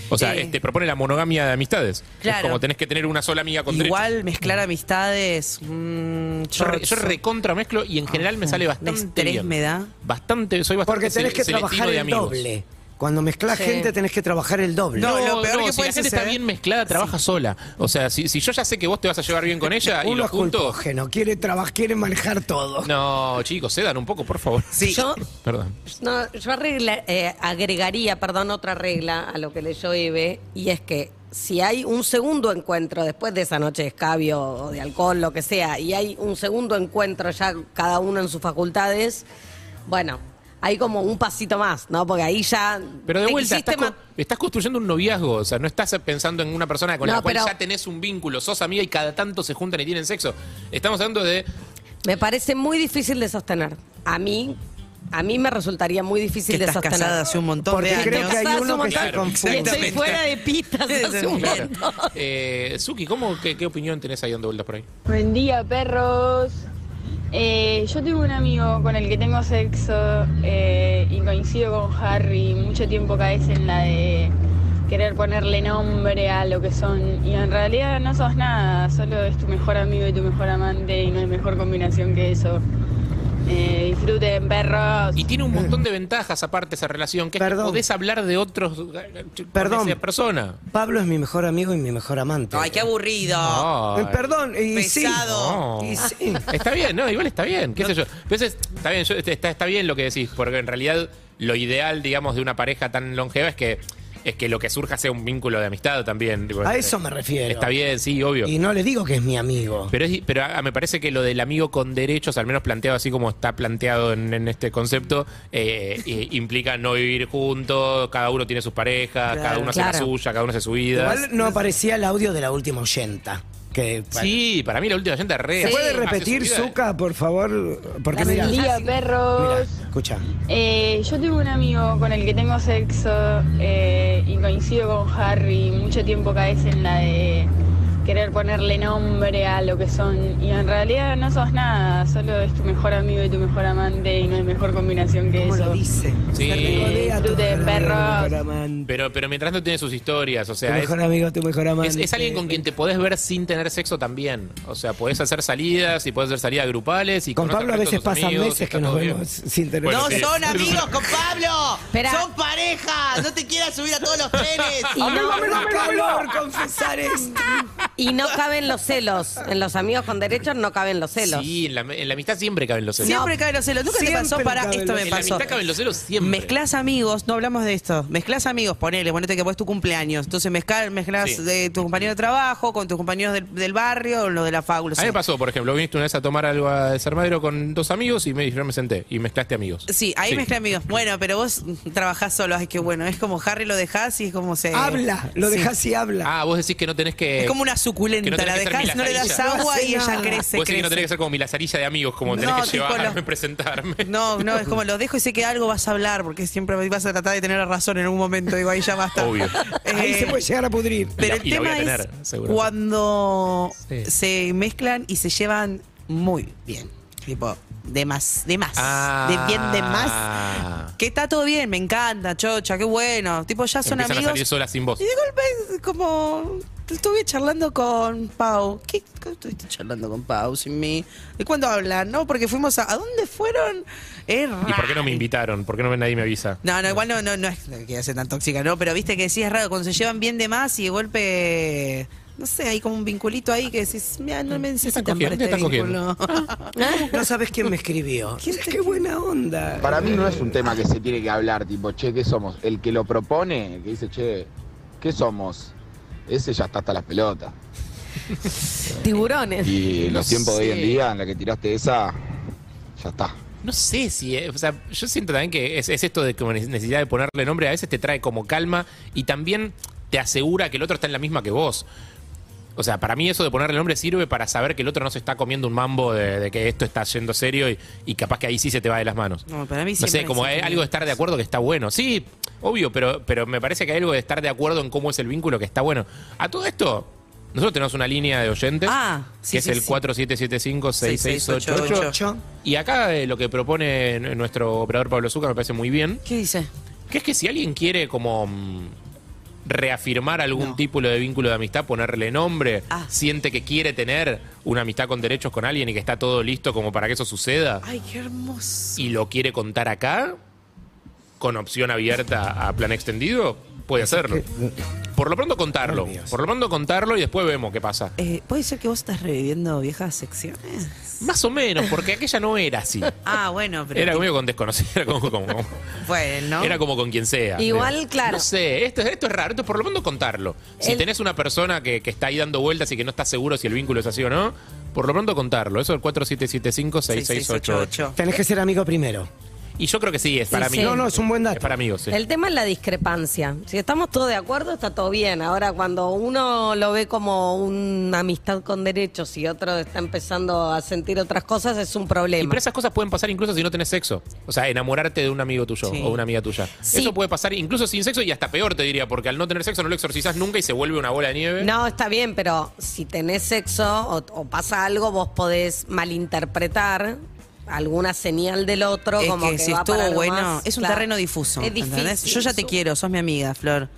E: O sea,
D: Eh.
E: este, propone la monogamia de amistades. Es
D: Claro.
E: como tenés que tener una sola amiga con derecho.
D: Igual mezclar amistades. mm,
E: Yo, re- yo
D: soy-
E: recontra mezclo y en general me sale bastante
D: estrés
E: bien.
D: me da.
E: Bastante, soy bastante
F: Porque tenés
E: sele-
F: que
E: selectivo
F: trabajar
E: de
F: el
E: amigos.
F: doble. Cuando mezclas
G: Sí.
F: gente tenés que trabajar el doble.
D: No,
E: No, no,
D: lo peor que ¿eh?
E: si la
D: puedes
E: gente está
D: hacer-
E: bien mezclada, trabaja sola. O sea, si, si yo ya sé que vos te vas a llevar bien con ella y
F: Uno
E: lo
F: es
E: junto.
F: culpógeno, quiere trabajar, quiere manejar todo.
E: No, chicos, cedan un poco, por favor.
D: Sí.
G: Yo,
E: Perdón.
G: no, yo arregla- eh, agregaría, perdón, otra regla a lo que leyó Eve, y es que si hay un segundo encuentro después de esa noche de escabio o de alcohol, lo que sea, y hay un segundo encuentro ya cada uno en sus facultades, bueno, hay como un pasito más, ¿no? Porque ahí ya.
E: Pero de
G: te
E: vuelta,
G: quisiste
E: estás,
G: ma-
E: co- estás construyendo un noviazgo, o sea, no estás pensando en una persona con la
G: No,
E: cual
G: pero-
E: ya tenés un vínculo, sos amiga y cada tanto se juntan y tienen sexo. Estamos hablando de
G: Me parece muy difícil de sostener. A mí, a mí me resultaría muy
D: que
G: difícil de
D: estás
G: sostener.
D: casada hace un montón
F: Porque
D: de años.
F: creo que hay
G: Casada hace
F: uno
G: un
F: que se
G: montón.
F: confunde.
G: Y estoy fuera de pistas hace un
E: Claro.
G: montón.
E: Eh, Suki, ¿cómo, qué, qué opinión tenés ahí dando vueltas por ahí?
I: Buen día, perros. Eh, yo tengo un amigo con el que tengo sexo eh, y coincido con Harry mucho tiempo caes en la de querer ponerle nombre a lo que son y en realidad no sos nada, solo es tu mejor amigo y tu mejor amante y no hay mejor combinación que eso. Eh, disfruten, perros.
E: Y tiene un montón de ventajas aparte esa relación, que es que
F: Perdón.
E: podés hablar de otros eh, con
F: Perdón.
E: esa persona.
F: Pablo es mi mejor amigo y mi mejor amante.
D: Ay, qué aburrido.
F: Eh,
E: Ay.
F: Perdón, y sí.
D: Pesado.
F: Y
E: No.
F: sí.
E: Está bien, no, igual está bien, qué sé yo. Pero es- está bien, yo- está, está bien lo que decís, porque en realidad lo ideal, digamos, de una pareja tan longeva es que es que lo que surja sea un vínculo de amistad también. Digo,
F: A eso me refiero.
E: Está bien, sí, obvio.
F: Y no le digo que es mi amigo.
E: Pero, es- pero ah, me parece que lo del amigo con derechos, al menos planteado así como está planteado en, en este concepto, eh, eh, implica no vivir juntos, cada uno tiene sus parejas, cada uno hace la
G: claro.
E: suya, cada uno hace su vida.
F: Igual no aparecía el audio de la última oyenta. Que,
E: Sí, para mí la última gente re.
F: ¿Se puede
E: hace su
F: repetir,
E: vida.
F: Zuka, por favor? Porque
G: La
F: mira,
G: del
I: Buen
F: mira,
I: día, perros.
F: escucha.
I: Eh, yo tengo un amigo con el que tengo sexo eh, y coincido con Harry. Mucho tiempo caes en la de querer ponerle nombre a lo que son. Y en realidad no sos nada, solo es tu mejor amigo y tu mejor amante y no hay mejor combinación que
F: ¿Cómo
I: eso.
F: lo dice?
E: Sí.
F: Se regodea tu
I: Disfruten,
F: mejor amigo,
I: perros.
F: tu mejor amante.
E: Pero, pero mientras no tiene sus historias, o
F: Tu
E: sea, es,
F: mejor amigo, tu mejor
E: es-
F: amante.
E: es alguien con quien te podés ver sin tener sexo también. O sea, podés hacer salidas y podés hacer salidas grupales. Y
F: Con
E: conocer
F: Pablo a
E: al resto de
F: veces
E: tus
F: pasan
E: amigos,
F: meses
E: está
F: que nos
E: todo bien.
F: vemos sin tener
E: Bueno,
D: no
E: sí.
D: son amigos con Pablo.
G: Esperá.
D: Son pareja. No te quieras subir a todos los trenes.
G: Y no,
F: ¡Me da calor confesar esto!
G: y no caben los celos. En los amigos con derechos no caben los celos.
E: Sí, en la, en la amistad siempre caben los celos.
D: Siempre caen los celos. Nunca te
F: Siempre
D: pasó para
F: caben
D: esto
F: los
D: me
E: en la
D: pasó.
E: amistad caben los celos siempre.
D: Mezclas amigos, no hablamos de esto. Mezclas amigos, ponele, ponete que vos es tu cumpleaños. Entonces mezclas, mezclas
E: Sí.
D: de tu compañero de trabajo con tus compañeros del, del barrio o los de la fábula.
E: A mí me pasó, por ejemplo, viniste una vez a tomar algo a Desarmadero con dos amigos y me, yo me senté y mezclaste amigos.
D: Sí, ahí mezclé amigos. Bueno, pero vos trabajás solo, es que bueno, es como Harry lo dejás y es como se...
F: Habla, lo
D: Sí.
F: dejas y habla.
E: Ah, vos decís que no tenés que.
D: Es como una
E: que no
D: suculenta,
E: tenés
D: la
E: que ser
D: dejás, no le das
E: milagradilla.
D: agua y
F: No hace
D: ella
F: nada.
D: crece,
E: Vos decís que no tenés que
D: crece.
E: ser como mi lazarilla de amigos, como tenés
D: No,
E: que
D: tipo
E: llevarme,
D: los-
E: presentarme.
D: No, no, es como los dejo y sé que algo vas a hablar, porque siempre vas a tratar de tener la razón en algún momento, digo, ahí ya basta.
E: Obvio.
F: Ahí
D: Eh,
F: se puede llegar a pudrir.
D: Pero
E: Y la-
D: el
E: y la voy a
D: tema es
E: tener, seguro.
D: cuando
E: Sí.
D: se mezclan y se llevan muy bien. Tipo, de más, de más,
E: Ah.
D: de bien, de más. Que está todo bien, me encanta, chocha, qué bueno. Tipo, ya son
E: Empiezan a salir
D: amigos.
E: solas sin vos.
D: Y de golpe es como estuve charlando con Pau. ¿Qué qué estuviste charlando con Pau sin mí? ¿De cuándo hablan? No, porque fuimos a. ¿A dónde fueron? Es
E: ¿Y por qué no
D: raro.
E: me invitaron? ¿Por qué no nadie me avisa?
D: No, no, igual no, no, no es que quiera ser tan tóxica, ¿no? Pero viste que sí es raro, cuando se llevan bien de más y de golpe, no sé, hay como un vinculito ahí que decís, mira, no me necesitan para
E: cogiendo,
D: este
E: están cogiendo.
D: vínculo.
F: No sabes quién me escribió. ¡Qué buena onda!
K: Para mí no es un tema que se tiene que hablar, tipo, che, ¿qué somos? El que lo propone, el que dice, che, ¿qué somos? Ese ya está hasta las pelotas.
G: Tiburones.
K: Y los
E: No
K: tiempos de hoy en
E: sé.
K: día, en la que tiraste esa, ya está.
E: No sé si, eh, o sea, yo siento también que es, es esto de como neces- necesidad de ponerle nombre, a veces te trae como calma y también te asegura que el otro está en la misma que vos. O sea, para mí eso de ponerle nombre sirve para saber que el otro no se está comiendo un mambo de, de que esto está yendo serio y, y capaz que ahí sí se te va de las manos.
D: No, para mí
E: No
D: siempre
E: sé, como
D: es
E: hay
D: así.
E: algo de estar de acuerdo que está bueno. Sí, obvio, pero, pero me parece que hay algo de estar de acuerdo en cómo es el vínculo que está bueno. A todo esto, nosotros tenemos una línea de oyentes,
D: Ah, sí,
E: que
D: sí,
E: es el
D: sí.
E: 4775-6688.
D: 8.
E: Y acá eh, lo que propone n- nuestro operador Pablo Zucca me parece muy bien,
D: ¿Qué dice?
E: que es que si alguien quiere como mm, reafirmar algún tipo de vínculo de amistad, ponerle nombre, siente que quiere tener una amistad con derechos con alguien y que está todo listo como para que eso suceda
D: Ay, qué hermoso.
E: y lo quiere contar acá, con opción abierta a plan extendido, puede hacerlo. Por lo pronto contarlo. Por lo pronto contarlo y después vemos qué pasa.
D: Eh, ¿Puede ser que vos estás reviviendo viejas secciones?
E: Más o menos, porque aquella no era así.
D: Ah, bueno, pero.
E: Era conmigo con desconocido, era como, como- como-
D: Bueno.
E: era como con quien sea.
G: Igual,
E: Era-
G: claro.
E: No sé, esto, esto es raro, esto es por lo menos contarlo. Si
G: El-
E: tenés una persona que, que está ahí dando vueltas y que no está seguro si el vínculo es así o no, por lo pronto contarlo. Eso es el 4775-6688.
F: Tenés que ser amigo primero.
E: Y yo creo que sí, es para
G: sí.
E: amigos.
G: No, no,
F: es un buen dato.
E: Es para amigos, sí.
G: El tema es la discrepancia. Si estamos todos de acuerdo, está todo bien. Ahora, cuando uno lo ve como una amistad con derechos y otro está empezando a sentir otras cosas, es un
E: Y
G: problema.
E: pero esas cosas pueden pasar incluso si no tenés sexo. O sea, enamorarte de un amigo tuyo
G: Sí.
E: o una amiga tuya.
G: Sí.
E: Eso puede pasar incluso sin sexo y hasta peor, te diría, porque al no tener sexo no lo exorcizás nunca y se vuelve una bola de
D: ¿Eh?
E: nieve.
G: No, está bien, pero si tenés sexo o, o pasa algo, vos podés malinterpretar alguna señal del otro
D: Es
G: como
D: que,
G: que,
D: si
G: va para
D: estuvo
G: algo
D: bueno,
G: más,
D: es un
G: claro.
D: terreno difuso.
G: Es difícil.
D: ¿entendés? Yo ya te
G: eso.
D: quiero, sos mi amiga, Flor.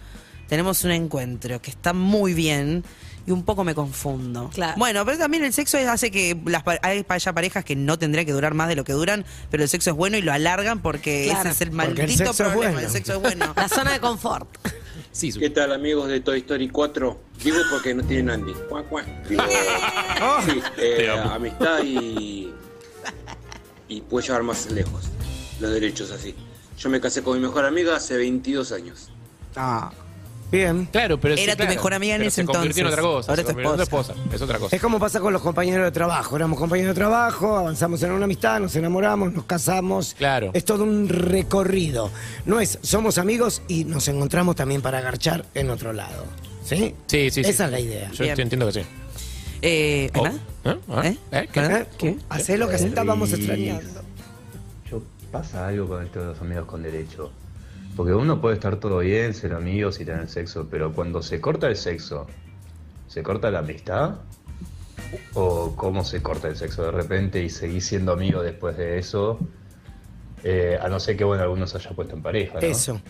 D: Tenemos un encuentro que está muy bien y un poco me confundo. Bueno, pero también el sexo es- hace que las pa- hay pa- ya parejas que no tendrían que durar más de lo que duran, pero el sexo es bueno y lo alargan porque ese
G: Claro.
D: es el
G: Porque
D: maldito
G: el sexo es
D: problema.
G: bueno.
D: El sexo es bueno.
G: La zona de confort.
L: ¿Qué tal amigos de Toy Story 4? Digo porque no tienen Andy. Cuac, cuac. Digo, sí, eh, amistad y, y puede llevar más lejos los derechos así. Yo me casé con mi mejor amiga hace 22 años.
F: Ah. Bien.
E: Claro, pero
D: Era sí, tu claro. mejor amiga en
E: Pero
D: ese
E: se convirtió en
D: entonces.
E: otra cosa.
D: Ahora
E: se
D: tu
E: convirtió en otra esposa. Es otra cosa.
F: Es como pasa con los compañeros de trabajo. Éramos compañeros de trabajo, avanzamos en una amistad, nos enamoramos, nos casamos.
E: Claro.
F: Es todo un recorrido. No es, somos amigos y nos encontramos también para agarchar en otro lado. ¿Sí?
E: Sí, sí, sí.
F: Esa es la idea.
E: Yo te entiendo que sí.
D: Eh, ¿Ana?
E: ¿Eh? ¿Ah?
D: ¿Eh?
E: ¿Eh? ¿Qué?
D: ¿Ana? ¿Qué?
F: Hacé lo que se estábamos extrañando.
M: Yo- pasa algo con esto de los amigos con derecho. Porque uno puede estar todo bien, ser amigos y tener sexo, pero cuando se corta el sexo, ¿se corta la amistad? ¿O cómo se corta el sexo de repente y seguís siendo amigo después de eso? Eh, a no ser que, bueno, algunos haya puesto en pareja, ¿no?
F: Eso.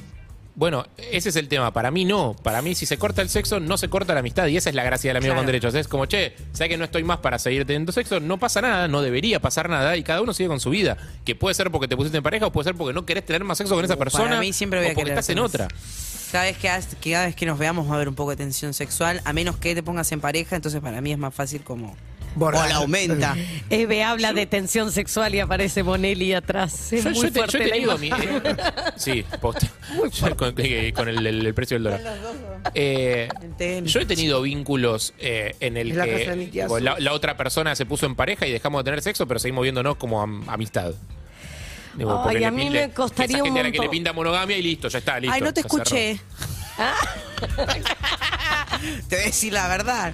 E: Bueno, ese es el tema. Para mí no. Para mí, si se corta el sexo, no se corta la amistad. Y esa es la gracia del amigo
M: Claro.
E: con derechos. Es como, che, sé que no estoy más para seguir teniendo sexo, no pasa nada, no debería pasar nada. Y cada uno sigue con su vida. Que puede ser porque te pusiste en pareja o puede ser porque no querés tener más sexo con esa persona.
D: Para mí siempre voy a
E: o porque
D: querer
E: estás en
D: más.
E: otra.
D: Cada vez, que, has- que cada vez que nos veamos va a haber un poco de tensión sexual, a menos que te pongas en pareja, entonces para mí es más fácil como...
F: Borrar.
D: O la aumenta.
G: Eve habla de tensión sexual y aparece Bonelli atrás. Es
E: Yo-
G: muy
E: yo te- yo he
G: fuerte la
E: tenido mi-
G: imagen.
E: Sí, posta. con con el, el- el precio del dólar. Eh, yo he tenido vínculos eh, en el
F: En la
E: que
F: casa de mi tía
E: tipo,
F: Azul.
E: la, la otra persona se puso en pareja y dejamos de tener sexo, pero seguimos viéndonos como am- amistad. Digo,
G: Ay,
E: porque
G: a
E: le
G: mí
E: pin-
G: me
E: le-
G: costaría
E: esa
G: un
E: gente a la que le
G: montón.
E: pinta monogamia y listo, ya está, listo.
D: Ay, no te
E: se cerró.
D: escuché. te voy a decir la verdad.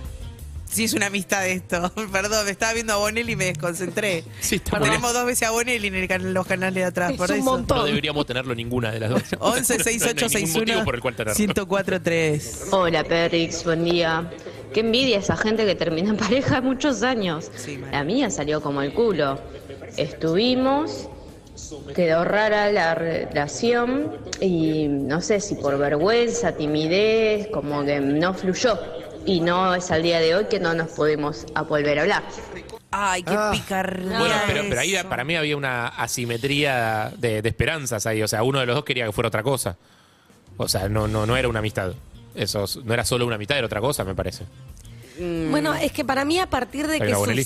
D: Sí, es una amistad esto. Perdón, me estaba viendo a Bonelli y me desconcentré.
E: Sí, está muy
D: Tenemos dos veces a Bonelli en el can- los canales de atrás. por eso.
E: No deberíamos tenerlo ninguna de las dos.
D: 11 68
E: No hay ningún motivo por el cual tenerlo.
D: 1043.
N: Hola Perrix, buen día. Qué envidia esa gente que termina en pareja muchos años. la mía salió como el culo. Estuvimos, quedó rara la relación y no sé si por vergüenza, timidez, como que no fluyó. Y no es al día de hoy que no nos podemos a volver a hablar.
D: Ay, qué picarría.
E: Bueno, pero, pero ahí para mí había una asimetría de, de esperanzas ahí. O sea, uno de los dos quería que fuera otra cosa. O sea, no, no, no era una amistad. Eso es- no era solo una amistad, era otra cosa, me parece.
G: Bueno, es que para mí a partir de
E: Está
G: que
E: grabado en el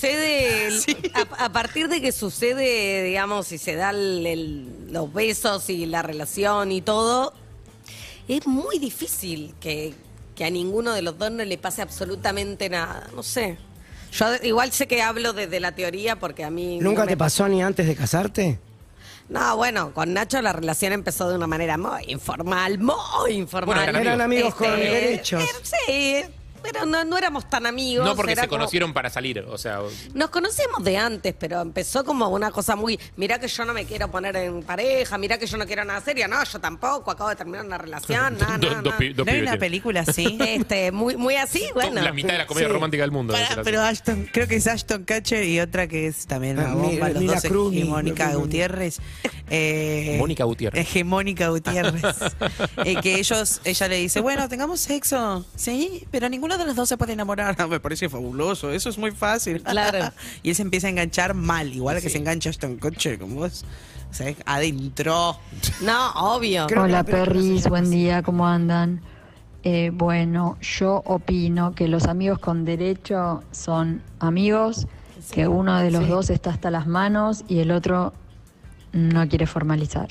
G: sucede, el- a, a partir de que sucede, digamos, y se dan los besos y la relación y todo, es muy difícil que, que a ninguno de los dos no le pase absolutamente nada. No sé. Yo igual sé que hablo desde la teoría porque a mí... no
F: ¿Nunca
G: me-
F: te pasó ni antes de casarte?
G: No, bueno, con Nacho la relación empezó de una manera muy informal, muy informal.
F: Bueno, eran amigos. Eran amigos con derechos.
G: eh, sí, pero no, no éramos tan amigos.
E: No porque
G: era
E: se
G: como-
E: conocieron para salir, o sea,
G: Nos conocíamos de antes, pero empezó como una cosa muy, mirá que yo no me quiero poner en pareja, mirá que yo no quiero nada serio, no, yo tampoco, acabo de terminar una relación, nada,
E: Do-
G: nada.
E: dos pi- dos ¿No hay pibes una tiene.
D: película así?
G: Este, muy, muy así, bueno.
E: la mitad de la comedia
D: Sí.
E: romántica del mundo.
D: Pará,
E: debe ser así.
D: pero Ashton, creo que es Ashton Catcher y otra que es también una
E: Ah,
D: bomba,
E: Mira-
D: los
E: Mira
D: dos,
E: Cruz,
D: y
E: Mira
D: Mónica
E: Cruz.
D: Gutiérrez. eh,
E: Mónica Gutiérrez.
D: Hegemónica Gutiérrez. Eh, que ellos, ella le dice, bueno, tengamos sexo, sí, pero ninguno de los dos se puede enamorar. Ah, Me parece fabuloso, eso es muy fácil.
G: Claro.
D: y él se empieza a enganchar mal, igual que se engancha Ashton Catcher con vos. O sea, adentro.
G: No, obvio.
O: Hola Perris, buen día, ¿cómo andan? Eh, bueno, yo opino que los amigos con derecho son amigos, que uno de los
G: Sí.
O: dos está hasta las manos y el otro no quiere formalizar.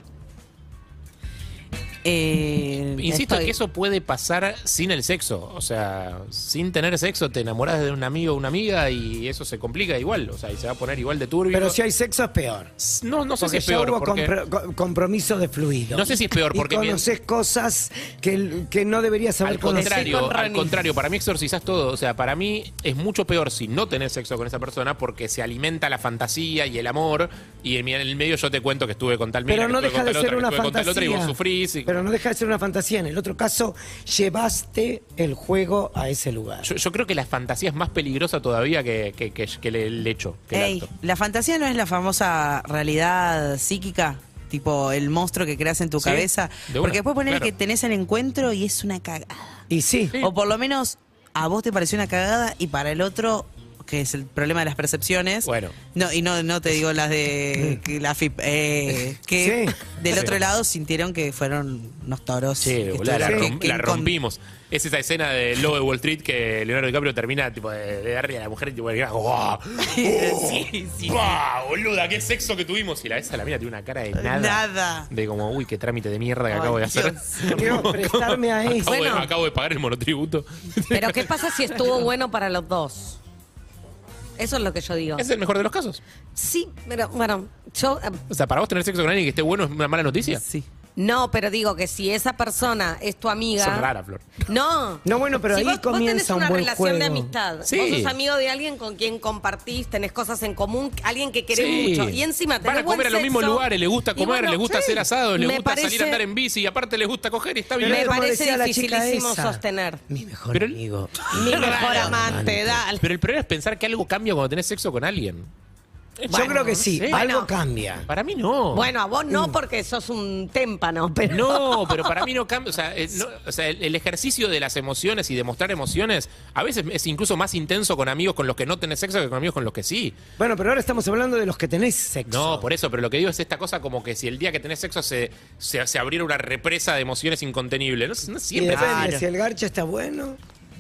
G: Eh,
E: Insisto
O: estoy-
E: que eso puede pasar sin el sexo, o sea, sin tener sexo te enamoras de un amigo o una amiga y eso se complica igual, o sea, y se va a poner igual de turbio.
F: Pero si hay sexo es peor.
E: No, no sé
F: Porque
E: si es
F: ya
E: peor,
F: hubo
E: porque-
F: compro- co- compromiso de fluido.
E: No sé si es peor, porque
F: Y
E: mien-
F: conoces cosas que, que no deberías haber
E: Al
F: conocido.
E: contrario, al contrario, para mí exorcizás todo. O sea, para mí es mucho peor si no tenés sexo con esa persona porque se alimenta la fantasía y el amor. Y en mi- en el medio yo te cuento que estuve con tal mina,
F: Pero
E: que
F: no
E: estuve
F: deja de
E: con tal
F: ser
E: otra,
F: una
E: que estuve con tal otra y vos
F: fantasía.
E: sufrís. y-
F: Pero no deja de ser una fantasía. En el otro caso, llevaste el juego a ese lugar.
E: Yo, yo creo que la fantasía es más peligrosa todavía que, que- que- que el- el hecho. que el
D: Ey,
E: acto.
D: la fantasía no es la famosa realidad psíquica, tipo el monstruo que creas en tu
E: Sí,
D: cabeza.
E: de una,
D: Porque después poner
E: claro.
D: que tenés el encuentro y es una cagada.
F: Y sí.
D: O por lo menos a vos te pareció una cagada y para el otro que es el problema de las percepciones. Bueno. No, y no, no te digo las de que la FIP. eh, que
E: Sí.
D: del
E: Sí.
D: otro lado sintieron que fueron unos toros.
E: Sí,
D: que
E: boludo, la,
D: estuvieron- que-
E: rom-
D: que
E: la
D: encon-
E: rompimos. Es esa escena de Lobo de Wall Street que Leonardo DiCaprio termina tipo de, de darle a la mujer y tipo, ¡guau!
D: sí, sí.
E: ¡Guau, boluda! ¡Qué sexo que tuvimos! Y la esa la mina tiene una cara de nada.
D: Nada.
E: De como, uy, qué trámite de mierda que
G: Ay,
E: acabo de hacer.
F: Quiero prestarme a
E: Acabo,
F: eso.
E: de, acabo de pagar el monotributo.
G: Pero ¿qué pasa si estuvo bueno para los dos? Eso es lo que yo digo.
E: Es el mejor de los casos.
G: Sí, pero bueno, yo eh,
E: O sea, para vos tener sexo con alguien que esté bueno es una mala noticia.
D: Sí.
G: no, pero digo que si esa persona es tu amiga.
E: Son rara, Flor.
G: No.
F: No, bueno, pero
G: si
F: ahí
G: vos, vos tenés
F: comienza un
G: una
F: buen
G: relación de
F: juego.
G: amistad.
F: Sí.
G: Vos sos amigo de alguien con quien compartís, tenés cosas en común, alguien que querés
E: Sí.
G: mucho. Y encima tenés
E: Van a
G: buen
E: comer a los mismos
G: sexo.
E: lugares, les gusta
G: Y
E: comer,
G: bueno,
E: les gusta
G: sí.
E: hacer asados, les
G: Me
E: gusta salir
G: parece-
E: a andar en bici y aparte les gusta coger y está bien.
G: Me parece
F: decía la chica
G: dificilísimo
F: esa.
G: sostener.
F: Mi mejor amigo.
G: Mi mejor amante, dale.
E: Pero el problema es pensar que algo cambia cuando tenés sexo con alguien.
F: Yo
G: Bueno,
F: creo que sí.
G: no sé.
F: Algo
G: Bueno.
F: cambia.
E: Para mí no.
G: Bueno, a vos no porque sos un témpano, pero.
E: No, pero para mí no cambia. O sea, eh, no- o sea, el, el ejercicio de las emociones y demostrar emociones a veces es incluso más intenso con amigos con los que no tenés sexo que con amigos con los que sí.
F: Bueno, pero ahora estamos hablando de los que tenés sexo.
E: No, por eso, pero lo que digo es esta cosa como que si el día que tenés sexo se, se, se abriera una represa de emociones incontenible. No, no
F: Y
E: siempre.
F: depende, si el garcha está bueno.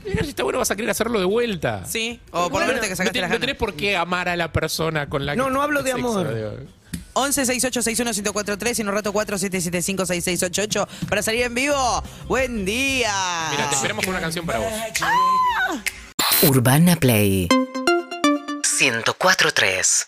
E: Mira, si está bueno, vas a querer hacerlo de vuelta.
D: Sí, o por lo menos te
E: no,
D: sacaste
E: te-
D: las
E: no
D: ganas.
E: tenés por qué amar a la persona con la que.
F: No, no hablo de
E: sexo,
F: amor.
E: digo.
D: 11 68 61 1043 y en un rato 4775 6688 para salir en vivo. ¡Buen día!
E: Mira, te esperamos con una canción para vos.
P: Urbana Play 104.3